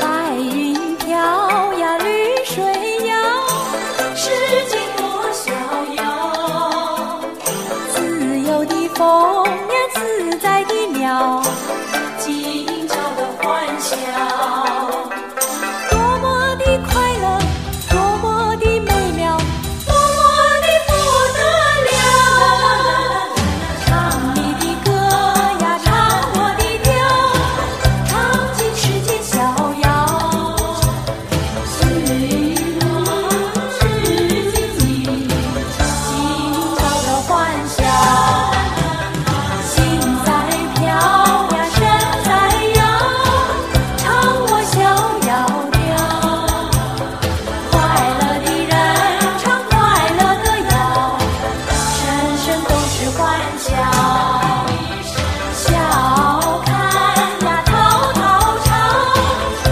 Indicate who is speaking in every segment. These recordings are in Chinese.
Speaker 1: 白云飘呀，绿水摇，世界多逍遥。自由的风呀，自在的鸟，今朝的欢笑。多么的快乐，多么的美妙，多么的不得了。唱你的歌呀，唱我的调，唱尽世界逍遥。随我世界今朝的欢笑，心在飘呀，身在摇，唱我逍遥调。快乐的人唱快乐的谣。声声都是欢笑，笑看呀滔滔长，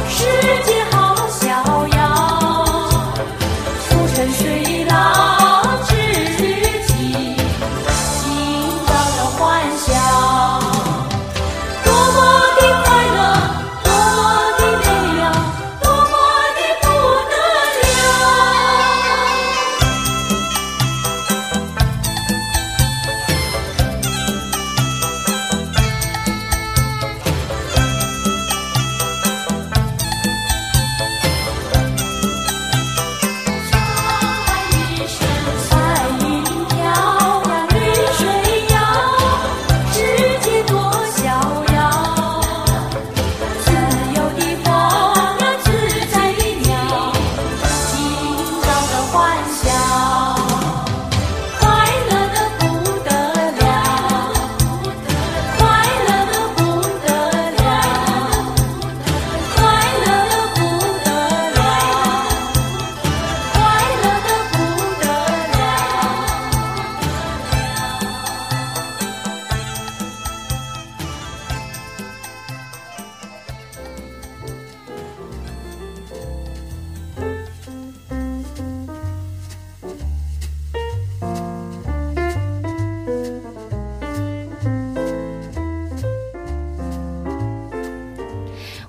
Speaker 1: 世界好逍遥。浮沉水浪知己，今朝的欢笑，多么的快乐，多么的美妙，多么的不得了。彩云飘呀，绿水摇，世界多逍遥。自由的风呀，自在的鸟，今朝的欢笑，快乐的不得了，快乐的不得了，快乐的不得了。快乐的不得了。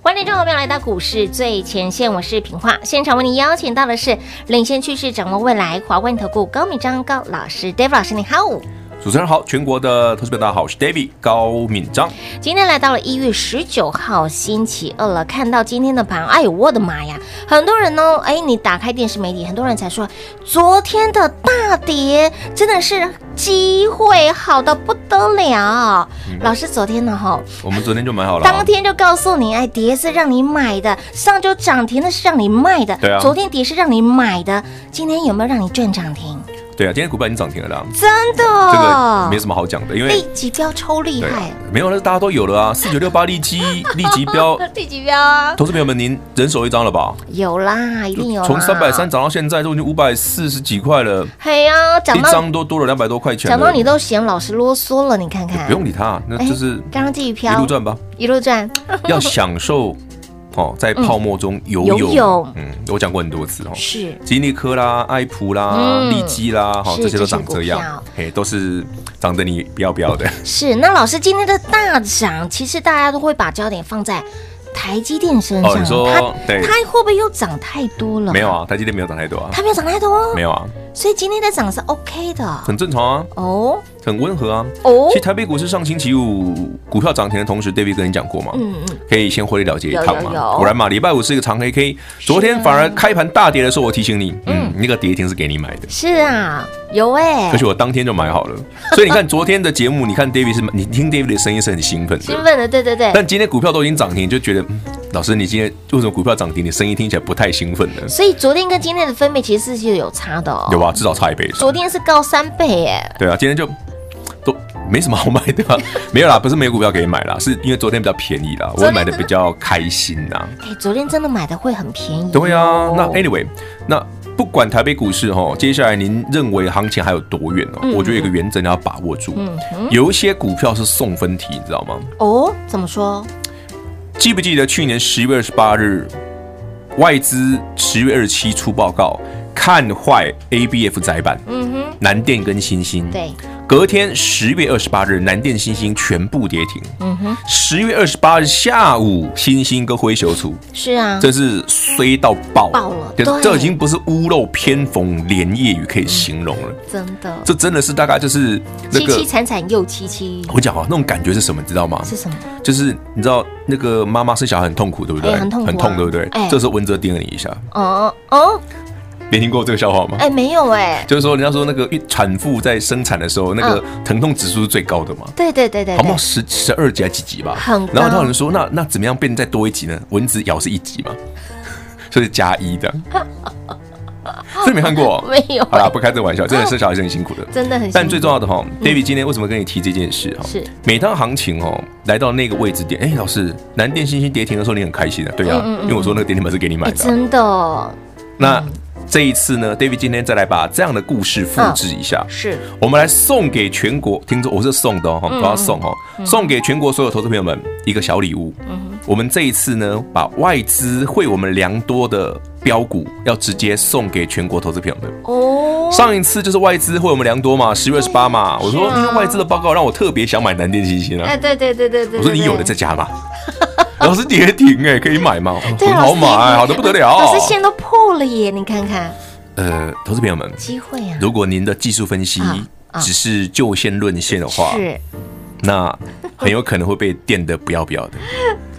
Speaker 2: 欢迎众朋友来到股市最前线，我是平化。现场为您邀请到的是领先趋势、掌握未来华冠投顾高敏章高老师，David 老师，你好。
Speaker 3: 主持人好，全国的投资者大家好，我是 David 高敏章。
Speaker 2: 今天来到了一月十九号星期二了，看到今天的盘，哎呦我的妈呀！很多人呢，哎，你打开电视媒体，很多人才说昨天的大跌真的是机会好的不得了。老师昨天呢，哈，
Speaker 3: 我们昨天就买好了、啊
Speaker 2: 当天就告诉你，哎，跌是让你买的，上周涨停的是让你卖的，
Speaker 3: 对啊
Speaker 2: 昨天跌是让你买的，今天有没有让你赚涨停？
Speaker 3: 对啊，今天股票已经涨停了啦，
Speaker 2: 真的，
Speaker 3: 这
Speaker 2: 哦
Speaker 3: 个没什么好讲的，因为
Speaker 2: 利即标超厉
Speaker 3: 对啊
Speaker 2: 害，
Speaker 3: 没有，那大家都有了啊，四九六八利基利基标，
Speaker 2: 利即标啊，
Speaker 3: 投资朋友们您人手一张了吧？
Speaker 2: 有啦，一定有啦，
Speaker 3: 从三百三涨到现在都已经五百四十几块了，
Speaker 2: 嘿呀、讲
Speaker 3: 一
Speaker 2: 到
Speaker 3: 张都多了两百多块钱了。
Speaker 2: 讲到你都嫌老师啰嗦了，你看看，
Speaker 3: 不用理他，那
Speaker 2: 哎，
Speaker 3: 就是
Speaker 2: 刚刚继续
Speaker 3: 一
Speaker 2: 飘，
Speaker 3: 路赚 吧，
Speaker 2: 一路赚，
Speaker 3: 要享受哦，在泡沫中游
Speaker 2: 嗯游
Speaker 3: 泳。
Speaker 2: 泳
Speaker 3: 嗯，我讲过很多次哦。
Speaker 2: 是
Speaker 3: 吉尼科啦、爱普啦、
Speaker 2: 嗯
Speaker 3: 利基啦，好，
Speaker 2: 是
Speaker 3: 这些都
Speaker 2: 这些
Speaker 3: 长
Speaker 2: 股
Speaker 3: 这样
Speaker 2: 票，啊
Speaker 3: 嘿，都是长得你不要 不要的。
Speaker 2: 是。那老师今天的大涨，其实大家都会把焦点放在台积电身上，
Speaker 3: 哦你说
Speaker 2: 它
Speaker 3: 对
Speaker 2: 它会不会又涨太多了？
Speaker 3: 没有，啊，台积电没有涨太多啊，
Speaker 2: 它没有涨太多，哦
Speaker 3: 没有啊，
Speaker 2: 所以今天的涨是 OK 的
Speaker 3: 很正常啊，
Speaker 2: 哦
Speaker 3: 很温和啊。
Speaker 2: 哦
Speaker 3: 其实，台北股市上星期五股票涨停的同时，David 跟你讲过嘛，
Speaker 2: 嗯嗯，
Speaker 3: 可以先获利了结一趟
Speaker 2: 有
Speaker 3: 嘛
Speaker 2: 有啊有。
Speaker 3: 果然嘛，礼拜五是一个长黑 K，昨天反而开盘大跌的时候，我提醒你，嗯，那个跌停是给你买的。
Speaker 2: 是啊，有哎、
Speaker 3: 而且我当天就买好了，所以你看昨天的节目，你看 David 是你听 David 的声音是很兴奋
Speaker 2: 兴
Speaker 3: 的，
Speaker 2: 奋的，对对对，
Speaker 3: 但今天股票都已经涨停，就觉得、嗯老师你今天为什么股票涨停，你声音听起来不太兴奋呢？
Speaker 2: 所以昨天跟今天的分别其实是有差的哦，
Speaker 3: 有吧？至少差一倍以上。
Speaker 2: 昨天是高三倍哎，
Speaker 3: 对啊，今天就都没什么好买的、 啊，没有啦，不是没有股票可以买啦，是因为昨天比较便宜啦，
Speaker 2: 昨天
Speaker 3: 我买的比较开心呐、
Speaker 2: 哎，昨天真的买的会很便宜哦，
Speaker 3: 对啊，那 anyway，那不管台北股市哦，接下来您认为行情还有多远哦？
Speaker 2: 嗯
Speaker 3: 我觉得有一个原则你要把握住，有一些股票是送分题，你知道吗？
Speaker 2: 哦，怎么说？
Speaker 3: 记不记得去年十一月二十八日，外资十月二十七出报告，看坏 ABF 窄板、
Speaker 2: 嗯哼，
Speaker 3: 南电跟新兴。
Speaker 2: 对，
Speaker 3: 隔天十月二十八日，南电、新兴全部跌停。
Speaker 2: 嗯哼，
Speaker 3: 十月二十八日下午，新兴跟灰球组，
Speaker 2: 是啊，
Speaker 3: 这是衰到爆
Speaker 2: 爆了
Speaker 3: 这
Speaker 2: 对
Speaker 3: 这已经不是屋漏偏逢连夜雨可以形容了。
Speaker 2: 真的，
Speaker 3: 这真的是大概就是那
Speaker 2: 凄
Speaker 3: 个
Speaker 2: 凄，惨惨又凄凄，
Speaker 3: 我讲啊，那种感觉是什么，你知道吗？
Speaker 2: 是什么？
Speaker 3: 就是你知道那个妈妈生小孩很痛苦，对不对？
Speaker 2: 哎很痛苦啊
Speaker 3: 对不对？
Speaker 2: 哎
Speaker 3: 这时候文哲盯了你一下，
Speaker 2: 哦哦，
Speaker 3: 没听过这个笑话吗？
Speaker 2: 哎，没有哎，
Speaker 3: 就是说，人家说那个孕产妇在生产的时候，那个
Speaker 2: 啊
Speaker 3: 疼痛指数是最高的嘛。
Speaker 2: 对对对对
Speaker 3: 好不好？
Speaker 2: 对，
Speaker 3: 十十二集还几集吧？
Speaker 2: 哎很高
Speaker 3: 然后他有人说，那那怎么样变再多一集呢？蚊子咬是一集嘛， 所以是加一 的。这没看过？
Speaker 2: 没有啊
Speaker 3: 好啦，不开这个玩笑，真的生小孩是很辛苦的。
Speaker 2: 真的很辛苦，
Speaker 3: 但最重要的哈，David 今天为什么跟你提这件事哈？
Speaker 2: 是
Speaker 3: 每当行情哦来到那个位置点，哎，老师，南电星星跌停的时候，你很开心啊，对啊，
Speaker 2: 嗯
Speaker 3: 因为我说那个跌停板是给你买
Speaker 2: 哎，
Speaker 3: 的啊。
Speaker 2: 真的哦
Speaker 3: 那这一次呢，David 今天再来把这样的故事复制一下，
Speaker 2: 是
Speaker 3: 我们来送给全国听众，我是送的哦，
Speaker 2: 嗯
Speaker 3: 哈我要送哦，送给全国所有投资朋友们一个小礼物。
Speaker 2: 嗯
Speaker 3: 我们这一次呢，把外资会我们良多的标股，要直接送给全国投资朋友们。
Speaker 2: 哦，
Speaker 3: 上一次就是外资会我们良多嘛，十月二十八嘛，我说
Speaker 2: 是啊
Speaker 3: 因为外资的报告让我特别想买南电信啊息呢
Speaker 2: 哎，，对对对对对，
Speaker 3: 我说
Speaker 2: 对
Speaker 3: 你
Speaker 2: 对
Speaker 3: 有的再加嘛。 老师跌停哎，可以买吗？
Speaker 2: 对啊
Speaker 3: 很好买，哎
Speaker 2: 老师
Speaker 3: 好的不得了
Speaker 2: 老师。线都破了耶，你看看
Speaker 3: 呃，投资朋友们，
Speaker 2: 机会啊，
Speaker 3: 如果您的技术分析
Speaker 2: 啊啊
Speaker 3: 只是就线论线的话，
Speaker 2: 是
Speaker 3: 那很有可能会被电的不要不要 的。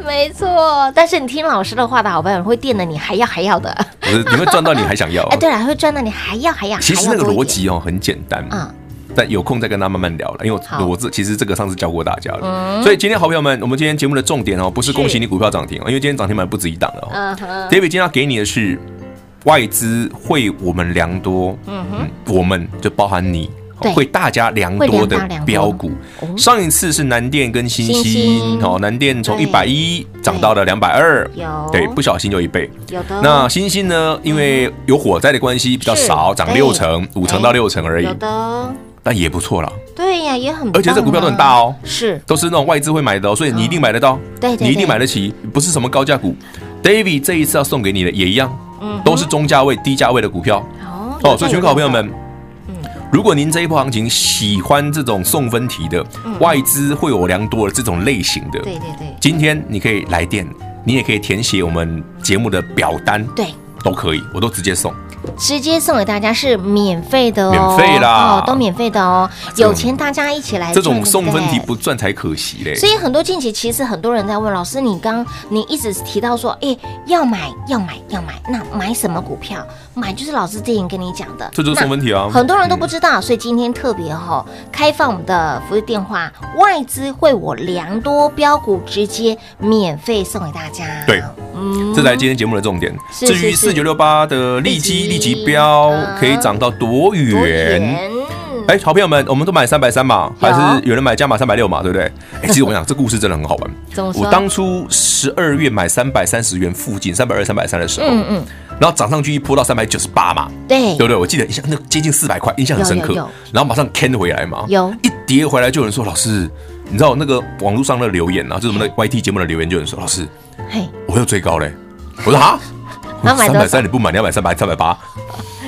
Speaker 2: 没错，但是你听老师的话的好朋友会电的你还要还要的，
Speaker 3: 我说你们赚到你还想要、啊
Speaker 2: 哎，对了，会赚到你还要还要，
Speaker 3: 哦其实
Speaker 2: 还要
Speaker 3: 那个
Speaker 2: 多一
Speaker 3: 逻
Speaker 2: 点
Speaker 3: 辑哦很简单，
Speaker 2: 啊，
Speaker 3: 但有空再跟他慢慢聊了，因为我
Speaker 2: 好嗯
Speaker 3: 逻辑其实这个上次教过大家了。所以今天好朋友们，我们今天节目的重点哦，不是恭喜你股票涨停哦，因为今天涨停板不止一档了哦。
Speaker 2: 嗯哼，
Speaker 3: David 今天要给你的是外资会我们良多，嗯我们就包含你
Speaker 2: 对。
Speaker 3: 会大家良多
Speaker 2: 会
Speaker 3: 的
Speaker 2: 大家良多
Speaker 3: 标股
Speaker 2: 哦，
Speaker 3: 上一次是南电跟新
Speaker 2: 新
Speaker 3: 兴
Speaker 2: 兴，
Speaker 3: 哦，南电从
Speaker 2: 对
Speaker 3: 一百一涨到了两百二
Speaker 2: 有，
Speaker 3: 对，不小心就一倍。
Speaker 2: 有的
Speaker 3: 那星星呢？因为有火灾的关系比较
Speaker 2: 是
Speaker 3: 少，涨
Speaker 2: 对
Speaker 3: 六成，五成到
Speaker 2: 对
Speaker 3: 六成而已
Speaker 2: 有，的，
Speaker 3: 但也不错啦。
Speaker 2: 对呀，也很，啊
Speaker 3: 而且这股票都很大，哦，
Speaker 2: 是
Speaker 3: 都是那种外资会买的哦，所以你一定买得到，
Speaker 2: 啊嗯对对
Speaker 3: 你一定
Speaker 2: 对
Speaker 3: 买得起，不是什么高价股。David 这一次要送给你的也一样，都是中价位、低价位的股票
Speaker 2: 嗯哦
Speaker 3: 哦。所以全国好朋友，
Speaker 2: 有
Speaker 3: 们，
Speaker 2: 嗯
Speaker 3: 如果您这一波行情喜欢这种送分题的、外资会有良多的这种类型的，
Speaker 2: 嗯对对对
Speaker 3: 今天你可以来电，你也可以填写我们节目的表单，
Speaker 2: 对。
Speaker 3: 都可以，我都直接送。
Speaker 2: 直接送给大家是免费的哦，
Speaker 3: 免费啦
Speaker 2: 哦，都免费的哦，
Speaker 3: 种
Speaker 2: 有钱大家一起来
Speaker 3: 这
Speaker 2: 赚。
Speaker 3: 种
Speaker 2: 对
Speaker 3: 送分题
Speaker 2: 对
Speaker 3: 不赚才可惜嘞。
Speaker 2: 所以很多近期其实很多人在问老师，你刚你一直提到说，哎，要买要买要买，那买什么股票？买就是老师之前跟你讲的，
Speaker 3: 这就是送分题啊
Speaker 2: 那很多人都不知道，所以今天特别哈、开放我们的服务电话，外资会我良多标股直接免费送给大家。
Speaker 3: 对，
Speaker 2: 嗯
Speaker 3: 这才是今天节目的重点。
Speaker 2: 是
Speaker 3: 至于
Speaker 2: 是
Speaker 3: 四
Speaker 2: 是
Speaker 3: 九六八的利基
Speaker 2: 利
Speaker 3: 利
Speaker 2: 基
Speaker 3: 基标
Speaker 2: 啊
Speaker 3: 可以涨到多
Speaker 2: 多
Speaker 3: 远？
Speaker 2: 远？
Speaker 3: 哎，好朋友们，我们都买三百三嘛，
Speaker 2: 有
Speaker 3: 还是有人买加码三百六嘛，对不对？哎，其实我 跟你讲，这故事真的很好玩。
Speaker 2: 怎么说
Speaker 3: 我当初十二月买三百三十元附近，三百二、三百三的时候，
Speaker 2: 嗯嗯，
Speaker 3: 然后涨上去一波到三百九十八嘛，
Speaker 2: 对
Speaker 3: 对不对？我记得印象那近近四百块，印象很深刻
Speaker 2: 有有有。
Speaker 3: 然后马上 can 回来嘛，
Speaker 2: 有
Speaker 3: 一跌回来就有人说老师，你知道那个网络上的留言啊，就是我们的 YT 节目的留言，就有人说老师，
Speaker 2: 嘿，
Speaker 3: 我有追高嘞。我说啊，
Speaker 2: 那买
Speaker 3: 三
Speaker 2: 多
Speaker 3: 百
Speaker 2: 少
Speaker 3: 三你不买，你要买三百三百八。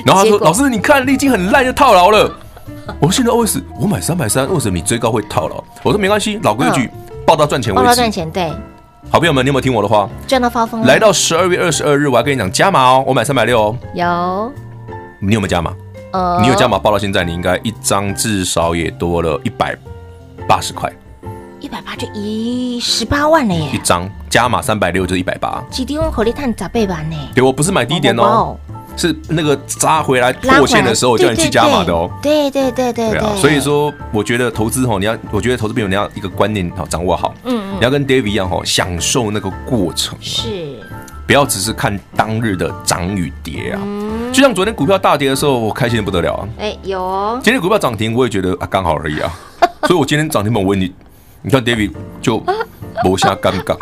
Speaker 3: 然后他
Speaker 2: 结
Speaker 3: 说
Speaker 2: 果
Speaker 3: 老师，你看你已经很烂就套牢了。我现在 OS 我买三百三，为什么你追高会套牢？我说没关系，老规矩，报到赚钱
Speaker 2: 嗯报到
Speaker 3: 为
Speaker 2: 赚
Speaker 3: 止。
Speaker 2: 钱，嗯对，
Speaker 3: 好朋友们，你有没有听我的话？
Speaker 2: 赚到发疯了。
Speaker 3: 来到十二月二十二日，我还跟你讲加码哦，我买三百六哦，
Speaker 2: 有，
Speaker 3: 你有没有加码？
Speaker 2: 嗯、呃
Speaker 3: 你有加码报到现在，你应该一张至少也多了一百八十块
Speaker 2: 一百八就一十八万了
Speaker 3: 一
Speaker 2: 耶，
Speaker 3: 张，加码三百六就是一百八。
Speaker 2: 几天用火力探咋倍版呢？
Speaker 3: 对，我不是买低点哦，是那个扎回来
Speaker 2: 拉回来
Speaker 3: 破线的时候叫你去加码的哦。
Speaker 2: 对对对对对
Speaker 3: 对啊，所以，说我觉得投资吼，你要，我觉得投资朋友你要一个观念好掌握好，
Speaker 2: 嗯
Speaker 3: 你
Speaker 2: 嗯，
Speaker 3: 要跟 David 一样吼，享受那个过程，
Speaker 2: 是，
Speaker 3: 不要只是看当日的涨与跌啊。
Speaker 2: 嗯，
Speaker 3: 就像昨天股票大跌的时候，我开心的不得了啊。
Speaker 2: 哎，有哦，
Speaker 3: 今天股票涨停，我也觉得啊刚好而已 啊。所以我今天涨停板，我问你，你看 David 就没下尴尬，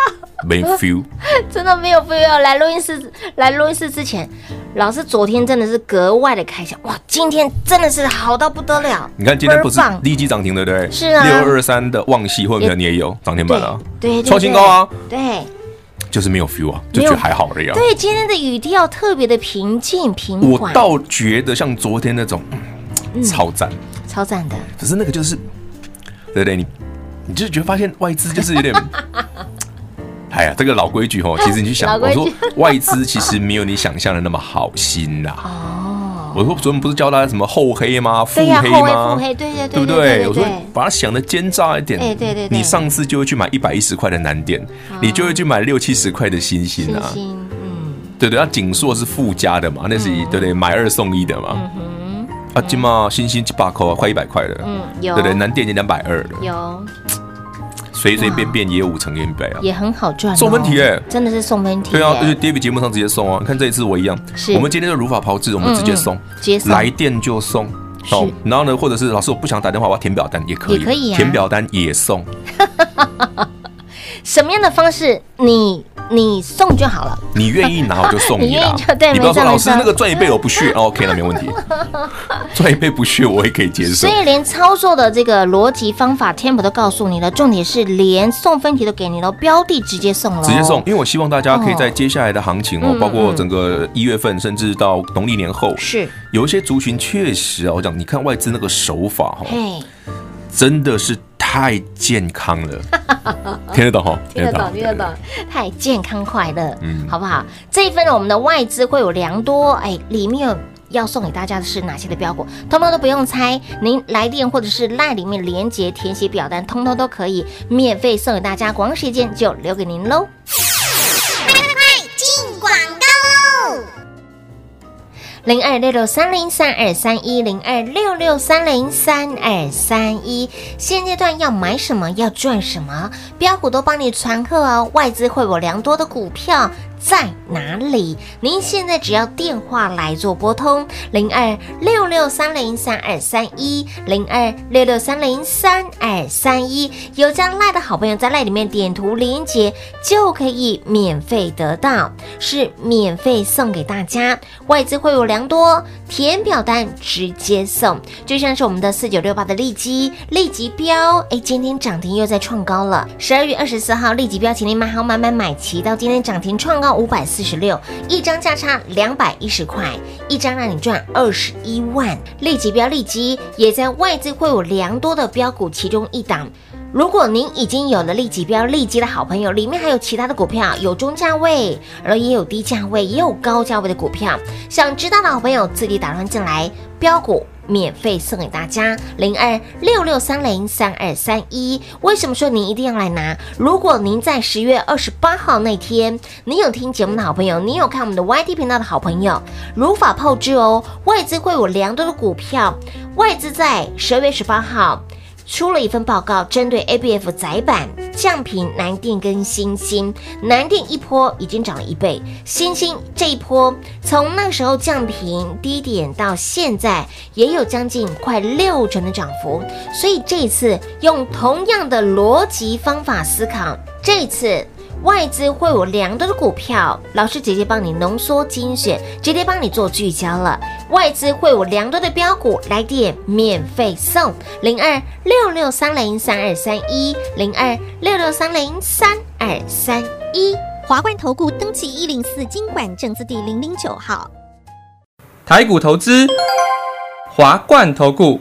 Speaker 3: 没 feel。
Speaker 2: 真的没有必要来录音室，来录音室之前，老师昨天真的是格外的开心，哇，今天真的是好到不得了，
Speaker 3: 你看今天不是
Speaker 2: 倍儿棒
Speaker 3: 立即涨停，对不对？
Speaker 2: 是啊
Speaker 3: 六二三的旺系会员你也有涨停板啊，
Speaker 2: 对对，对
Speaker 3: 创新高啊，
Speaker 2: 对
Speaker 3: 就是没有 feel 啊，
Speaker 2: 没
Speaker 3: 就
Speaker 2: 有
Speaker 3: 觉得还好而已啊。
Speaker 2: 对，今天的语调特别的平静平
Speaker 3: 我
Speaker 2: 缓，
Speaker 3: 倒觉得像昨天那种嗯超赞，
Speaker 2: 超赞的，
Speaker 3: 可是那个就是，对不对？你你就觉得发现外资就是 有点，哎呀，这个老规矩哦。其实你去想，
Speaker 2: 老
Speaker 3: 我
Speaker 2: 规矩
Speaker 3: 说外资其实没有你想象的那么好心呐、
Speaker 2: 哦，
Speaker 3: 我说昨天不是教大家什么厚黑吗？腹
Speaker 2: 对呀，
Speaker 3: 黑
Speaker 2: 后黑腹
Speaker 3: 吗？
Speaker 2: 黑，对对
Speaker 3: 对
Speaker 2: 对
Speaker 3: 不
Speaker 2: 对
Speaker 3: 对？我说
Speaker 2: 对，
Speaker 3: 把它想的奸诈一点。
Speaker 2: 哎对对对啊
Speaker 3: 你上次就会去买一百一十块的南点，你就会去买六七十块的星星
Speaker 2: 星
Speaker 3: 啊，
Speaker 2: 星，嗯
Speaker 3: 对对。那锦硕是附加的嘛，那是对不对？买二送一的嘛。
Speaker 2: 嗯哼，
Speaker 3: 啊，今嘛星星八块啊，快一百块了，
Speaker 2: 嗯，
Speaker 3: 对
Speaker 2: 有
Speaker 3: 不对？南电已经两百二了，
Speaker 2: 有，
Speaker 3: 随随便便也有五成元倍啊。
Speaker 2: 也很好赚哦，
Speaker 3: 送分题耶
Speaker 2: 真的是送分题，
Speaker 3: 对啊，而且 David 节目上直接送啊，你看这一次我一样
Speaker 2: 是，
Speaker 3: 我们今天就如法炮制，我们直接送
Speaker 2: 嗯，直接送
Speaker 3: 来电就送。
Speaker 2: 是
Speaker 3: 哦，然后呢，或者是老师我不想打电话，我要填表单也可以，
Speaker 2: 也可以啊
Speaker 3: 填表单也送，
Speaker 2: 什么样的方式你你送就好了，
Speaker 3: 你愿意拿我就送 你啦
Speaker 2: 你愿意就对。
Speaker 3: 你不要
Speaker 2: 没错
Speaker 3: 说老师
Speaker 2: 没错
Speaker 3: 那个赚一倍我不屑哦，OK，那没 问题，赚一倍不屑我也可以接受
Speaker 2: 所。以连操作的这个逻辑方法 tempo 都告诉你了，重点是连送分题都给你了，标的直接送了，
Speaker 3: 直接送，，因为我希望大家可以
Speaker 2: 哦
Speaker 3: 在接下来的行情哦
Speaker 2: 嗯，
Speaker 3: 包括
Speaker 2: 嗯
Speaker 3: 整个一月份，甚至到农历年后，
Speaker 2: 是，
Speaker 3: 有一些族群确实啊，我讲你看外资那个手法哈、哦，
Speaker 2: 嘿，
Speaker 3: 真的是太健康 了，听得懂哈、哦？
Speaker 2: 听得懂，听得
Speaker 3: 对
Speaker 2: 懂。，太健康快乐，
Speaker 3: 嗯
Speaker 2: 好不好？这一份呢，我们的外资会有良多，哎，里面有。要送给大家的是哪些的标股，通通都不用猜，您来电或者是赖里面连接填写表单，通通都可以免费送给大家，光时间就留给您喽。零二六六三零三二三一零二六六三零三二三一。现阶段要买什么，要赚什么，标股都帮你传客哦。外资会有良多的股票在哪里？您现在只要电话来做拨通零二六六三零三二三一零二六六三零三二三一，有加赖的好朋友在赖里面点图连接就可以免费得到，是免费送给大家。外资会有良多，填表单直接送，就像是我们的四九六八的利基、利基标，哎，今天涨停又在创高了。十二月二十四号，利基标请你买好买买买齐，到今天涨停创高五百四十六，一张价差两百一十块，一张让你赚二十一万。利基标利基也在外资会有良多的标股其中一档。如果您已经有了利己标利基的好朋友，里面还有其他的股票，有中价位，然后也有低价位，也有高价位的股票。想知道的好朋友自己打乱进来，标股。免费送给大家零二六六三零三二三一。为什么说您一定要来拿？如果您在十月二十八号那天，你有听节目的好朋友，你有看我们的 YT 频道的好朋友，如法炮制哦。外资会有良多的股票，外资在十二月十八号。出了一份报告，针对 ABF 窄板、降频、南电跟新兴，南电一波已经涨了一倍，新兴这一波从那时候降频低点到现在也有将近快六成的涨幅，所以这一次用同样的逻辑方法思考，这一次。外资会有良多的股票，老师直接帮你浓缩精选，直接帮你做聚焦了。外资会有良多的标股，来电免费送零二六六三零三二三一零二六六三零三二三一。
Speaker 4: 华冠投顾登记一零四经管证字第零零九号。
Speaker 5: 台股投资，华冠投顾。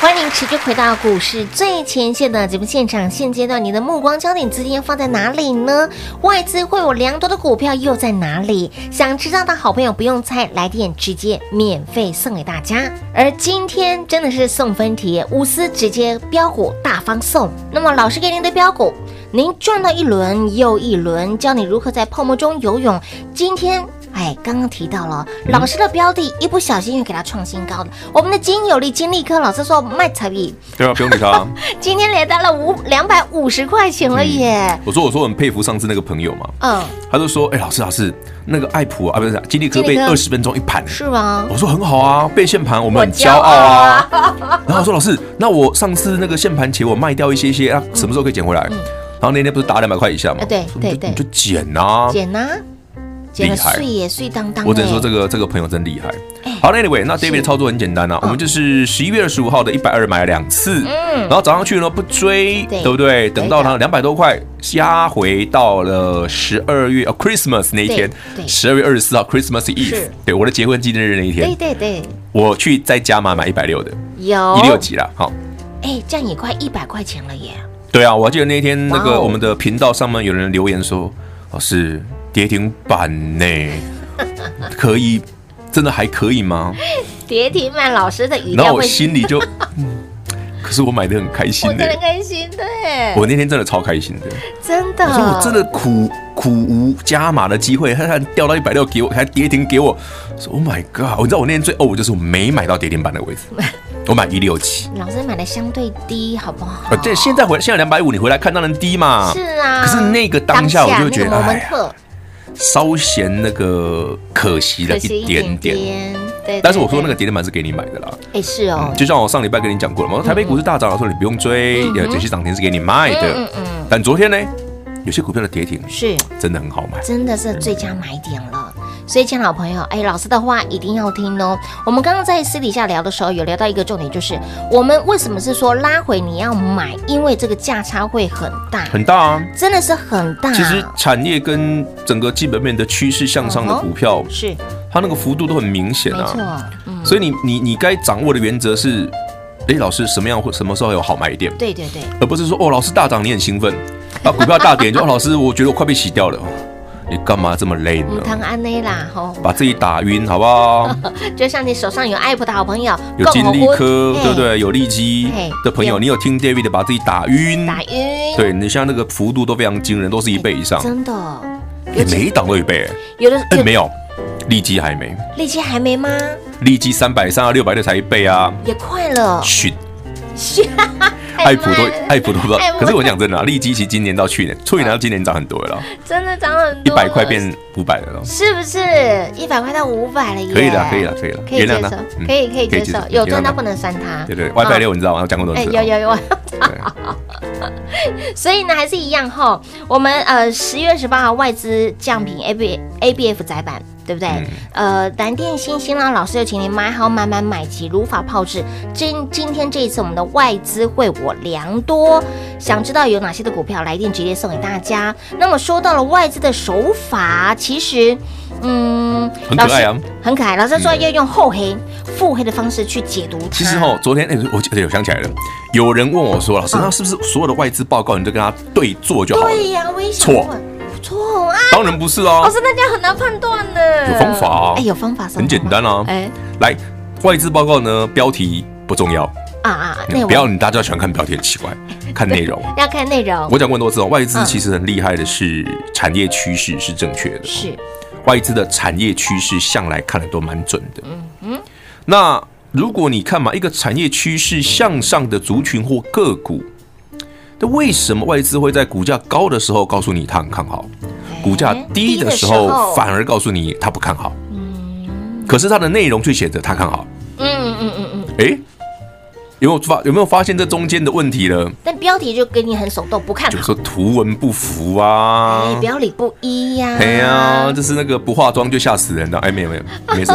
Speaker 2: 欢迎持续回到股市最前线的节目现场。现阶段你的目光焦点资金要放在哪里呢？外资会有良多的股票又在哪里？想知道的好朋友不用猜，来电直接免费送给大家。而今天真的是送分题，无私直接标股大方送。那么老师给您的标股，您转到一轮又一轮，教你如何在泡沫中游泳。今天。哎，刚刚提到了老师的标的，一不小心又给它创新高了。我们的金有利金利科，老师说卖彩笔，
Speaker 3: 对啊，不用理他 啊。
Speaker 2: 今天连单了五两百五十块钱了耶。
Speaker 3: 我说我说我很佩服上次那个朋友嘛，
Speaker 2: 嗯，
Speaker 3: 他就说，哎，老师老师，那个爱普啊，啊不是金利科
Speaker 2: 金利
Speaker 3: 被
Speaker 2: 科
Speaker 3: 二十分钟一盘，
Speaker 2: 是吗？
Speaker 3: 我说很好啊，被限盘我们很
Speaker 2: 我骄
Speaker 3: 骄
Speaker 2: 傲
Speaker 3: 傲
Speaker 2: 啊
Speaker 3: 啊。 然后我说老师，那我上次那个限盘前我卖掉一些些啊，什么时候可以捡回
Speaker 2: 嗯
Speaker 3: 来？然后那天不是打两百块哦以下吗
Speaker 2: 啊？对
Speaker 3: 我说你就
Speaker 2: 对对
Speaker 3: 你就捡呐。
Speaker 2: 减呐，减的
Speaker 3: 厉害
Speaker 2: 碎耶，碎当当耶。
Speaker 3: 我只能说这个这个朋友真厉害。
Speaker 2: 哎
Speaker 3: 好那，Anyway，那 David 的操作很简单
Speaker 2: 嗯
Speaker 3: 啊，我们就是十一月二十五号的一百二买了两次，然后涨上去呢不追，
Speaker 2: 对
Speaker 3: 对不对？等到
Speaker 2: 对
Speaker 3: 它两百多块压回到了十二月哦 Christmas 那一天
Speaker 2: 对对，
Speaker 3: 十二月二十四号 Christmas Eve，
Speaker 2: 是
Speaker 3: 对我的结婚纪念日那一
Speaker 2: 对
Speaker 3: 天，
Speaker 2: 对对，
Speaker 3: 我去再加码买一百六的，
Speaker 2: 有
Speaker 3: 一六级啦，好。
Speaker 2: 哎，这样也快一百块钱了耶。
Speaker 3: 对啊，我还记得那天那
Speaker 2: 哇
Speaker 3: 个
Speaker 2: 哦
Speaker 3: 我们的频道上面有人留言说，老师跌停板 呢，可以，真的还可以吗？
Speaker 2: 跌停板老师的语
Speaker 3: 然后
Speaker 2: 料
Speaker 3: 我
Speaker 2: 会，
Speaker 3: 心里就，嗯可是我买的很开心
Speaker 2: 我真
Speaker 3: 呢、
Speaker 2: 的开心，对，
Speaker 3: 我那天真的超开心的，
Speaker 2: 真的，
Speaker 3: 我说我真的苦苦无加码的机会，他还掉到一百六给我，还跌停给我，说 Oh my God！你知道我那天最哦，我就是我没买到跌停板的 位置，我买一六七，
Speaker 2: 老师买的相对低，好不好
Speaker 3: 啊？对，现在回现在两百五，你回来看当然低嘛，
Speaker 2: 是啊，
Speaker 3: 可是那个当下我就觉得
Speaker 2: 那个 moment
Speaker 3: 哎呀稍嫌那个可惜了
Speaker 2: 可惜
Speaker 3: 一
Speaker 2: 一
Speaker 3: 点
Speaker 2: 点
Speaker 3: 点。
Speaker 2: 点。对，
Speaker 3: 但是我说那
Speaker 2: 对
Speaker 3: 个，嗯跌停板是给你买的啦，
Speaker 2: 对哎，是哦，嗯
Speaker 3: 就像我上礼拜跟你讲过了嘛，我说台北股市大涨的时候你不用追，
Speaker 2: 嗯哼
Speaker 3: 有这些涨停是给你卖
Speaker 2: 嗯
Speaker 3: 的。
Speaker 2: 嗯，
Speaker 3: 但昨天呢，有些股票的跌停
Speaker 2: 是，
Speaker 3: 真的很好买，
Speaker 2: 真的是最佳买点了。所以，亲爱的老朋友，哎，老师的话一定要听哦。我们刚刚在私底下聊的时候，有聊到一个重点，就是我们为什么是说拉回你要买，因为这个价差会很大，
Speaker 3: 很大啊。
Speaker 2: 真的是很大。
Speaker 3: 其实产业跟整个基本面的趋势向上的股票，
Speaker 2: 是
Speaker 3: 它那个幅度都很明显
Speaker 2: 嗯没错
Speaker 3: 啊。，
Speaker 2: 嗯，
Speaker 3: 所以你你你该掌握的原则是，哎，老师什么样会什么时候有好买点，
Speaker 2: 对对对，
Speaker 3: 而不是说哦，老师大涨你很兴奋，啊，股票大跌 你就哦，老师我觉得我快被洗掉了，你干嘛这么累
Speaker 2: 母
Speaker 3: 呢？
Speaker 2: 汤安内啦，吼，
Speaker 3: 把自己打晕好不 好？
Speaker 2: 就像你手上有爱普的好朋友，
Speaker 3: 有
Speaker 2: 共
Speaker 3: 金
Speaker 2: 和
Speaker 3: 利
Speaker 2: 国
Speaker 3: 科，
Speaker 2: 哎
Speaker 3: 对不对？有利基
Speaker 2: 嘿
Speaker 3: 的朋友，
Speaker 2: 有
Speaker 3: 你有听 David 的把自己打晕，
Speaker 2: 打晕，
Speaker 3: 对你像那个幅度都非常惊人，都是一倍以上，
Speaker 2: 哎真的，
Speaker 3: 你每一档都一倍、
Speaker 2: 有的
Speaker 3: 哎，
Speaker 2: 有
Speaker 3: 没有，利基还没，
Speaker 2: 利息还没吗？
Speaker 3: 利基三百三啊，六百六才一倍啊，
Speaker 2: 也快了，
Speaker 3: 逊，
Speaker 2: 太
Speaker 3: 爱普都
Speaker 2: 慢了
Speaker 3: 爱普都不知道
Speaker 2: 太慢了
Speaker 3: 可是我讲真的啊，利基其实今年到去年，去年到今年涨很多了，
Speaker 2: 真的涨很
Speaker 3: 一
Speaker 2: 多了，
Speaker 3: 百块变五百了咯，
Speaker 2: 是不是一百块到五百了耶？
Speaker 3: 可以的，可以的，可以的，
Speaker 2: 可以接受，
Speaker 3: 嗯
Speaker 2: 可以可以接受，有赚到不
Speaker 3: 能。
Speaker 2: 能算它。
Speaker 3: 对对，WiFi 六你知道吗？我讲过多
Speaker 2: 哎，
Speaker 3: 次
Speaker 2: 有
Speaker 3: 了。
Speaker 2: 有有，
Speaker 3: 对
Speaker 2: 所以呢，还是一样哈。我们呃十月十八号外资降频 A B A B F 窄板，对不对？
Speaker 3: 嗯
Speaker 2: 呃，蓝电新新啦，老师又请你买好买买买齐，如法炮制。今今天这一次我们的外资会我良多，想知道有哪些的股票，来电直接送给大家。那么说到了外资的手法，其实嗯，
Speaker 3: 很可爱啊
Speaker 2: 老师很可爱。老师说要用厚黑、腹黑的方式去解读它。
Speaker 3: 其实哦，昨天哎、我对我想起来了，有人问我说，老师，那是不是所有的外资报告你就跟他对做就好了？
Speaker 2: 对呀、我也想
Speaker 3: 错
Speaker 2: 问错啊！
Speaker 3: 当然不是哦
Speaker 2: 老，师，那这样很难判断呢。
Speaker 3: 有方法啊
Speaker 2: 哎，有方法，什么
Speaker 3: 很简单啊
Speaker 2: 方法哎
Speaker 3: 来，外资报告呢，标题不重要，
Speaker 2: 啊啊，内
Speaker 3: 嗯不要
Speaker 2: 容
Speaker 3: 你大家喜欢看标题很 奇怪，看内容。
Speaker 2: 要看内容
Speaker 3: 我讲过很多次哦，外
Speaker 2: 嗯
Speaker 3: 资其实很厉害的是产业趋势是正确的，
Speaker 2: 是
Speaker 3: 外资的产业趋势向来看的都蛮准的。那如果你看嘛，一个产业趋势向上的族群或个股，那为什么外资会在股价高的时候告诉你它很看好，股价低的
Speaker 2: 哎低的时
Speaker 3: 时
Speaker 2: 候
Speaker 3: 候反而告诉你它不看好？可是它的内容却写着它看好，
Speaker 2: 嗯嗯嗯嗯，
Speaker 3: 诶，有没有发有没有发现这中间的问题呢？
Speaker 2: 但标题就给你很手动，不看
Speaker 3: 就
Speaker 2: 好，
Speaker 3: 说图文不符啊，
Speaker 2: 哎，表里不一呀。
Speaker 3: 哎呀，就是那个不化妆就吓死人的，哎，没有没有，没事，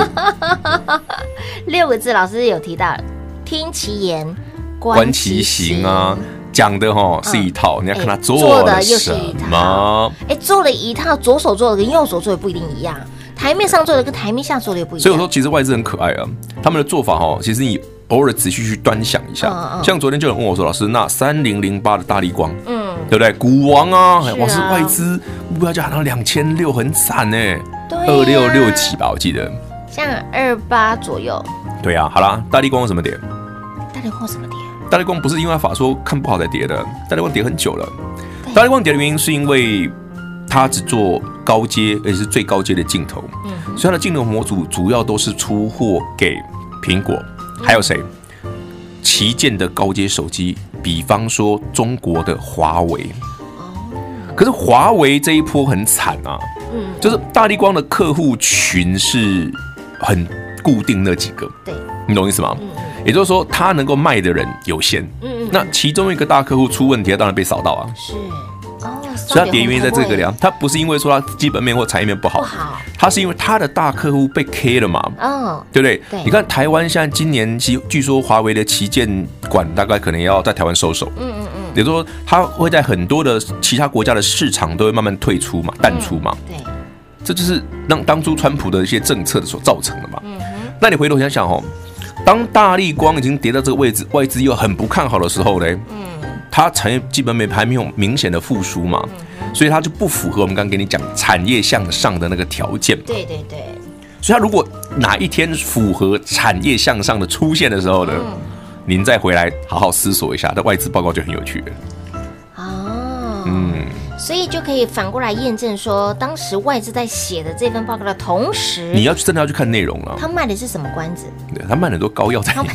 Speaker 2: 六个字，老师有提到，听其言，
Speaker 3: 观其行啊，讲的哈是一套，你要看他做了
Speaker 2: 嗯哎做的
Speaker 3: 什
Speaker 2: 又是一
Speaker 3: 么
Speaker 2: 套。行。哎，做了一套，左手做的跟右手做的不一定一样，台面上做的跟台面下做的也不一样。
Speaker 3: 所以我说，其实外资很可爱啊，他们的做法哈，其实你偶尔仔细去端详一下
Speaker 2: 嗯嗯。
Speaker 3: 像昨天就有人问我说，老师，那三零零八的大力光，
Speaker 2: 嗯，
Speaker 3: 对不对？股王啊，
Speaker 2: 是啊
Speaker 3: 哇，是外资目标价到两千六，很惨呢，
Speaker 2: 对呀
Speaker 3: 二六六几吧，我记得。
Speaker 2: 像二八左右，
Speaker 3: 对啊，好啦，大力光有什么点？
Speaker 2: 大连货什么点？
Speaker 3: 大力光不是因为法说看不好才跌的，大力光跌很久了。大力光跌的原因是因为它只做高阶，而且是最高阶的镜头，
Speaker 2: 嗯
Speaker 3: 所以它的镜头模组主要都是出货给苹果，
Speaker 2: 嗯
Speaker 3: 还有谁？旗舰的高阶手机，比方说中国的华为。可是华为这一波很惨啊，
Speaker 2: 哦嗯
Speaker 3: 就是大力光的客户群是很固定那几个，
Speaker 2: 对，
Speaker 3: 你懂我意思吗？也就是说，他能够卖的人有限。
Speaker 2: 嗯嗯
Speaker 3: 那其中一个大客户出问题，他当然被扫到啊，
Speaker 2: 是哦，
Speaker 3: 所以
Speaker 2: 烧饼
Speaker 3: 他跌原因在
Speaker 2: 很
Speaker 3: 这
Speaker 2: 贵
Speaker 3: 个量，他不是因为说他基本面或产业面不
Speaker 2: 不
Speaker 3: 好，
Speaker 2: 好，
Speaker 3: 他是因为他的大客户被 K 了嘛，
Speaker 2: 嗯，
Speaker 3: 对不对？
Speaker 2: 对
Speaker 3: 你看台湾现在今年据据说华为的旗舰馆大概可能要在台湾收手，嗯嗯嗯，也就是说它会在很多的其他国家的市场都会慢慢退出嘛，淡出嘛，
Speaker 2: 对，
Speaker 3: 这就是让当初川普的一些政策所造成的嘛。那你回头想想哦，当大力光已经跌到这个位置，外资又很不看好的时候嘞，它产业基本面还没有明显的复苏嘛，所以它就不符合我们刚刚给你讲产业向上的那个条件嘛。
Speaker 2: 对对对，
Speaker 3: 所以它如果哪一天符合产业向上的出现的时候呢，您再回来好好思索一下，那外资报告就很有趣了。
Speaker 2: 哦，
Speaker 3: 嗯，
Speaker 2: 所以就可以反过来验证说，当时外资在写的这份报告的同
Speaker 3: 你
Speaker 2: 时，
Speaker 3: 要去真的要去看内容了，
Speaker 2: 他卖的是什么关子？
Speaker 3: 对嗯他卖了很多膏药在里面。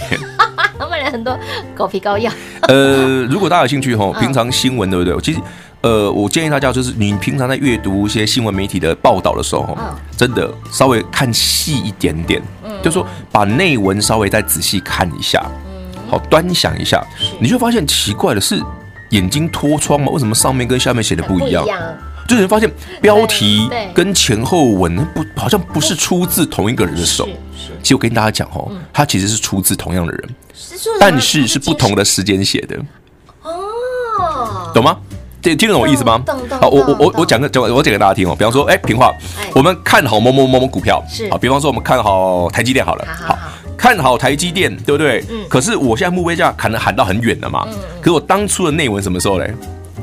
Speaker 2: 他卖了很多狗皮膏药，
Speaker 3: 呃，如果大家有兴趣吼，
Speaker 2: 嗯
Speaker 3: 平常新闻对不对？其实，呃，我建议大家就是你平常在阅读一些新闻媒体的报道的时候吼
Speaker 2: 嗯，
Speaker 3: 真的稍微看细一点点，就说把内文稍微再仔细看一下，
Speaker 2: 嗯
Speaker 3: 好端详一下，你就发现奇怪的是。眼睛脱窗嘛？为什么上面跟下面写的不一样？就你发现标题
Speaker 2: 对对
Speaker 3: 跟前后文不好像不是出自同一个人的手。
Speaker 2: 是嗯
Speaker 3: 其实我跟大家讲哦，它其实是出自同样的人，
Speaker 2: 是说什么，
Speaker 3: 但是是不同
Speaker 2: 的
Speaker 3: 的时间写的。
Speaker 2: 哦，
Speaker 3: 懂吗？这听得懂我意思吗
Speaker 2: 嗯懂懂？懂
Speaker 3: 好，我我我
Speaker 2: 懂
Speaker 3: 我讲个讲个我讲给大家听哦。比方说，哎，平话
Speaker 2: 哎，
Speaker 3: 我们看好某某某某股票，
Speaker 2: 是
Speaker 3: 好，比方说我们看好台积电好了，
Speaker 2: 好好好
Speaker 3: 看好台积电，对不对
Speaker 2: 嗯？
Speaker 3: 可是我现在目标价喊能喊到很远了嘛，可是我当初的内文什么时候嘞？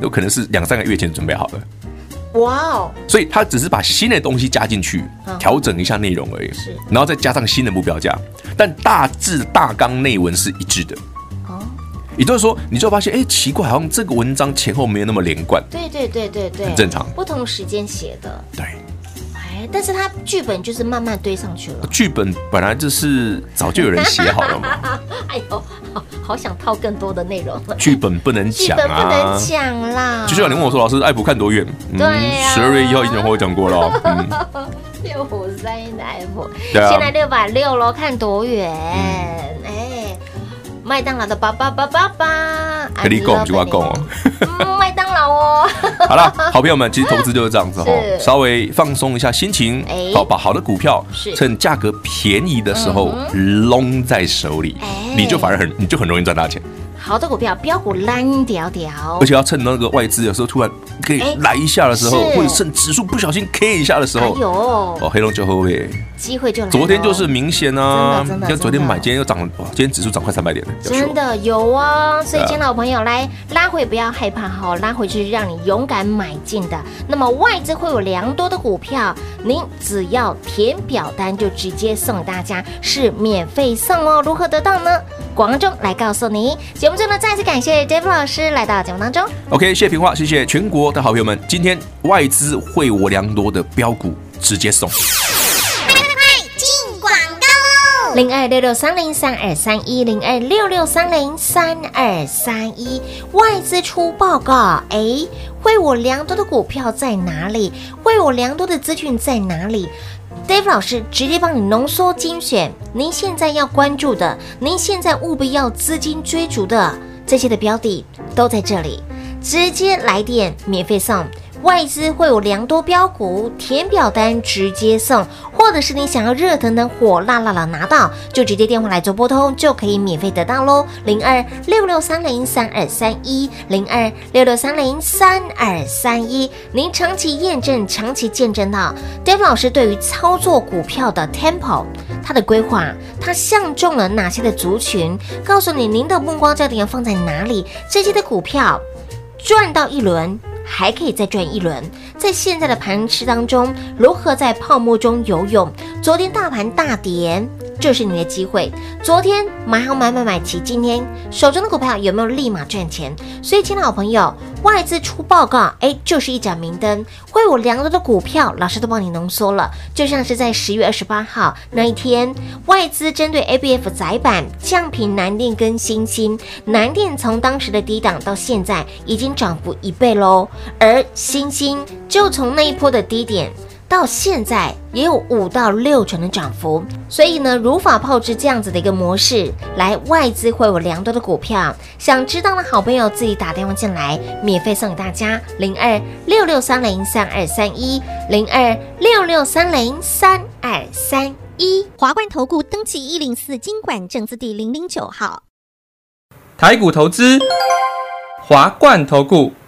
Speaker 3: 有可能是两三个月前准备好了，
Speaker 2: 哇哦，
Speaker 3: 所以他只是把新的东西加进去
Speaker 2: 嗯，
Speaker 3: 调整一下内容而已
Speaker 2: 是，
Speaker 3: 然后再加上新的目标价，但大致大纲内文是一致的。
Speaker 2: 哦，
Speaker 3: 也就是说，你就会发现，哎，奇怪，好像这个文章前后没有那么连贯。
Speaker 2: 对对对对对，
Speaker 3: 很正常
Speaker 2: 不同时间写的，
Speaker 3: 对，
Speaker 2: 哎，但是他剧本就是慢慢堆上 去了。
Speaker 3: 剧本本来就是早就有人写好 了嘛，
Speaker 2: 哎呦，好好想套更多的内容，
Speaker 3: 剧本不能
Speaker 2: 剧
Speaker 3: 讲
Speaker 2: 本不能
Speaker 3: 啊。
Speaker 2: 讲啦。
Speaker 3: 就像你问我说，老师爱普看多远？嗯
Speaker 2: 对啊
Speaker 3: 十二月一号一年后我讲过了哦。嗯，
Speaker 2: 六五三一的 F，
Speaker 3: 对啊嗯
Speaker 2: 现在六百六喽，看多远？哎、麦当劳的爸爸爸爸啊爸，
Speaker 3: 跟你讲，就我讲哦。
Speaker 2: 嗯，麦当劳 哦，
Speaker 3: 好啦，好朋友们，其实投资就是这样子哈，
Speaker 2: 是
Speaker 3: 稍微放松一下心情
Speaker 2: 哎，
Speaker 3: 好，把好的股票
Speaker 2: 是嗯
Speaker 3: 趁价格便宜的时候拢在手里
Speaker 2: 哎，哦
Speaker 3: 你就反而很，你就很容易赚大钱，
Speaker 2: 好的股票，标股烂屌屌
Speaker 3: 而，且要趁那个外资有时候突然可以
Speaker 2: 哎
Speaker 3: 来一下的时候，
Speaker 2: 是
Speaker 3: 或者趁指数不小心 K 一下的时
Speaker 2: 哎
Speaker 3: 候，
Speaker 2: 呦，
Speaker 3: 哦，黑龙江后卫，
Speaker 2: 机会就来了。
Speaker 3: 昨天就是明显啊
Speaker 2: 哎真的真，的
Speaker 3: 像昨天
Speaker 2: 真的
Speaker 3: 买，今天又涨，哇，今天指数涨快三百点了，要
Speaker 2: 真
Speaker 3: 说
Speaker 2: 的有哦，所以
Speaker 3: 对啊
Speaker 2: 亲老朋友来拉回不要害怕哈，拉回去让你勇敢买进的。那么外资会有良多的股票，您只要填表单就直接送大家，是免费送哦。如何得到呢？广中来告诉你。节目中呢，再次感谢 Dave 老师来到节目当中。
Speaker 3: OK，谢谢平话，谢谢全国的好朋友们，今天外资惠我良多的标股直接送。
Speaker 2: 零二六六三零三二三一零二六六三零三二三一外资出报告，哎，惠我良多的股票在哪里？惠我良多的资讯在哪里？Dave 老师直接帮你浓缩精选，您现在要关注的，您现在务必要资金追逐的这些的标的都在这里，直接来电免费送。外资会有良多标股，填表单直接送，或者是你想要热腾腾、火辣辣的拿到，就直接电话来做拨通，就可以免费得到喽。零二六六三零三二三一，零二六六三零三二三一，您长期验证、长期见证到 Dave 老师对于操作股票的 tempo。他的规划，他相中了哪些的族群？告诉你您的目光焦点要放在哪里？这些的股票赚到一轮，还可以再赚一轮。在现在的盘市当中，如何在泡沫中游泳？昨天大盘大跌，这是你的机会。昨天买好买买买齐，今天手中的股票有没有立马赚钱？所以，亲爱的好朋友，外资出报告，哎，就是一盏明灯。会我良多的股票，老师都帮你浓缩了，就像是在十月二十八号那一天，外资针对 ABF 窄板降频南电跟新兴，南电从当时的低档到现在已经涨幅一倍喽，而新兴就从那一波的低点。到现在也有五到六成的涨幅，所以呢，如法炮制这样子的一个模式，来外资会有良多的股票。想知道的好朋友自己打电话进来，免费送给大家零二六六三零三二三一零二六六三零三二三一。
Speaker 4: 华冠投顾登记一零四经管证字第零零九号。
Speaker 5: 台股投资，华冠投顾。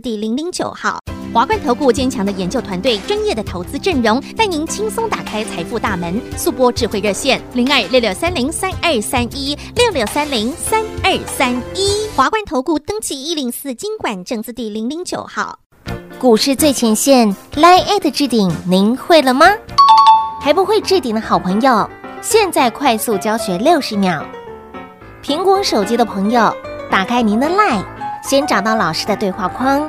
Speaker 4: 第零零九号。华冠投顾坚强的研究团队，专业的投资阵容，带您轻松打开财富大门。速播智慧热线零二六六三零三二三一六六三零三二三一。华冠投顾登记一零四经管证字第零零九号。
Speaker 2: 股市最前线 Line at 置顶，您会了吗？还不会置顶的好朋友，现在快速教学六十秒。苹果手机的朋友，打开您的 Line，先找到老师的对话框，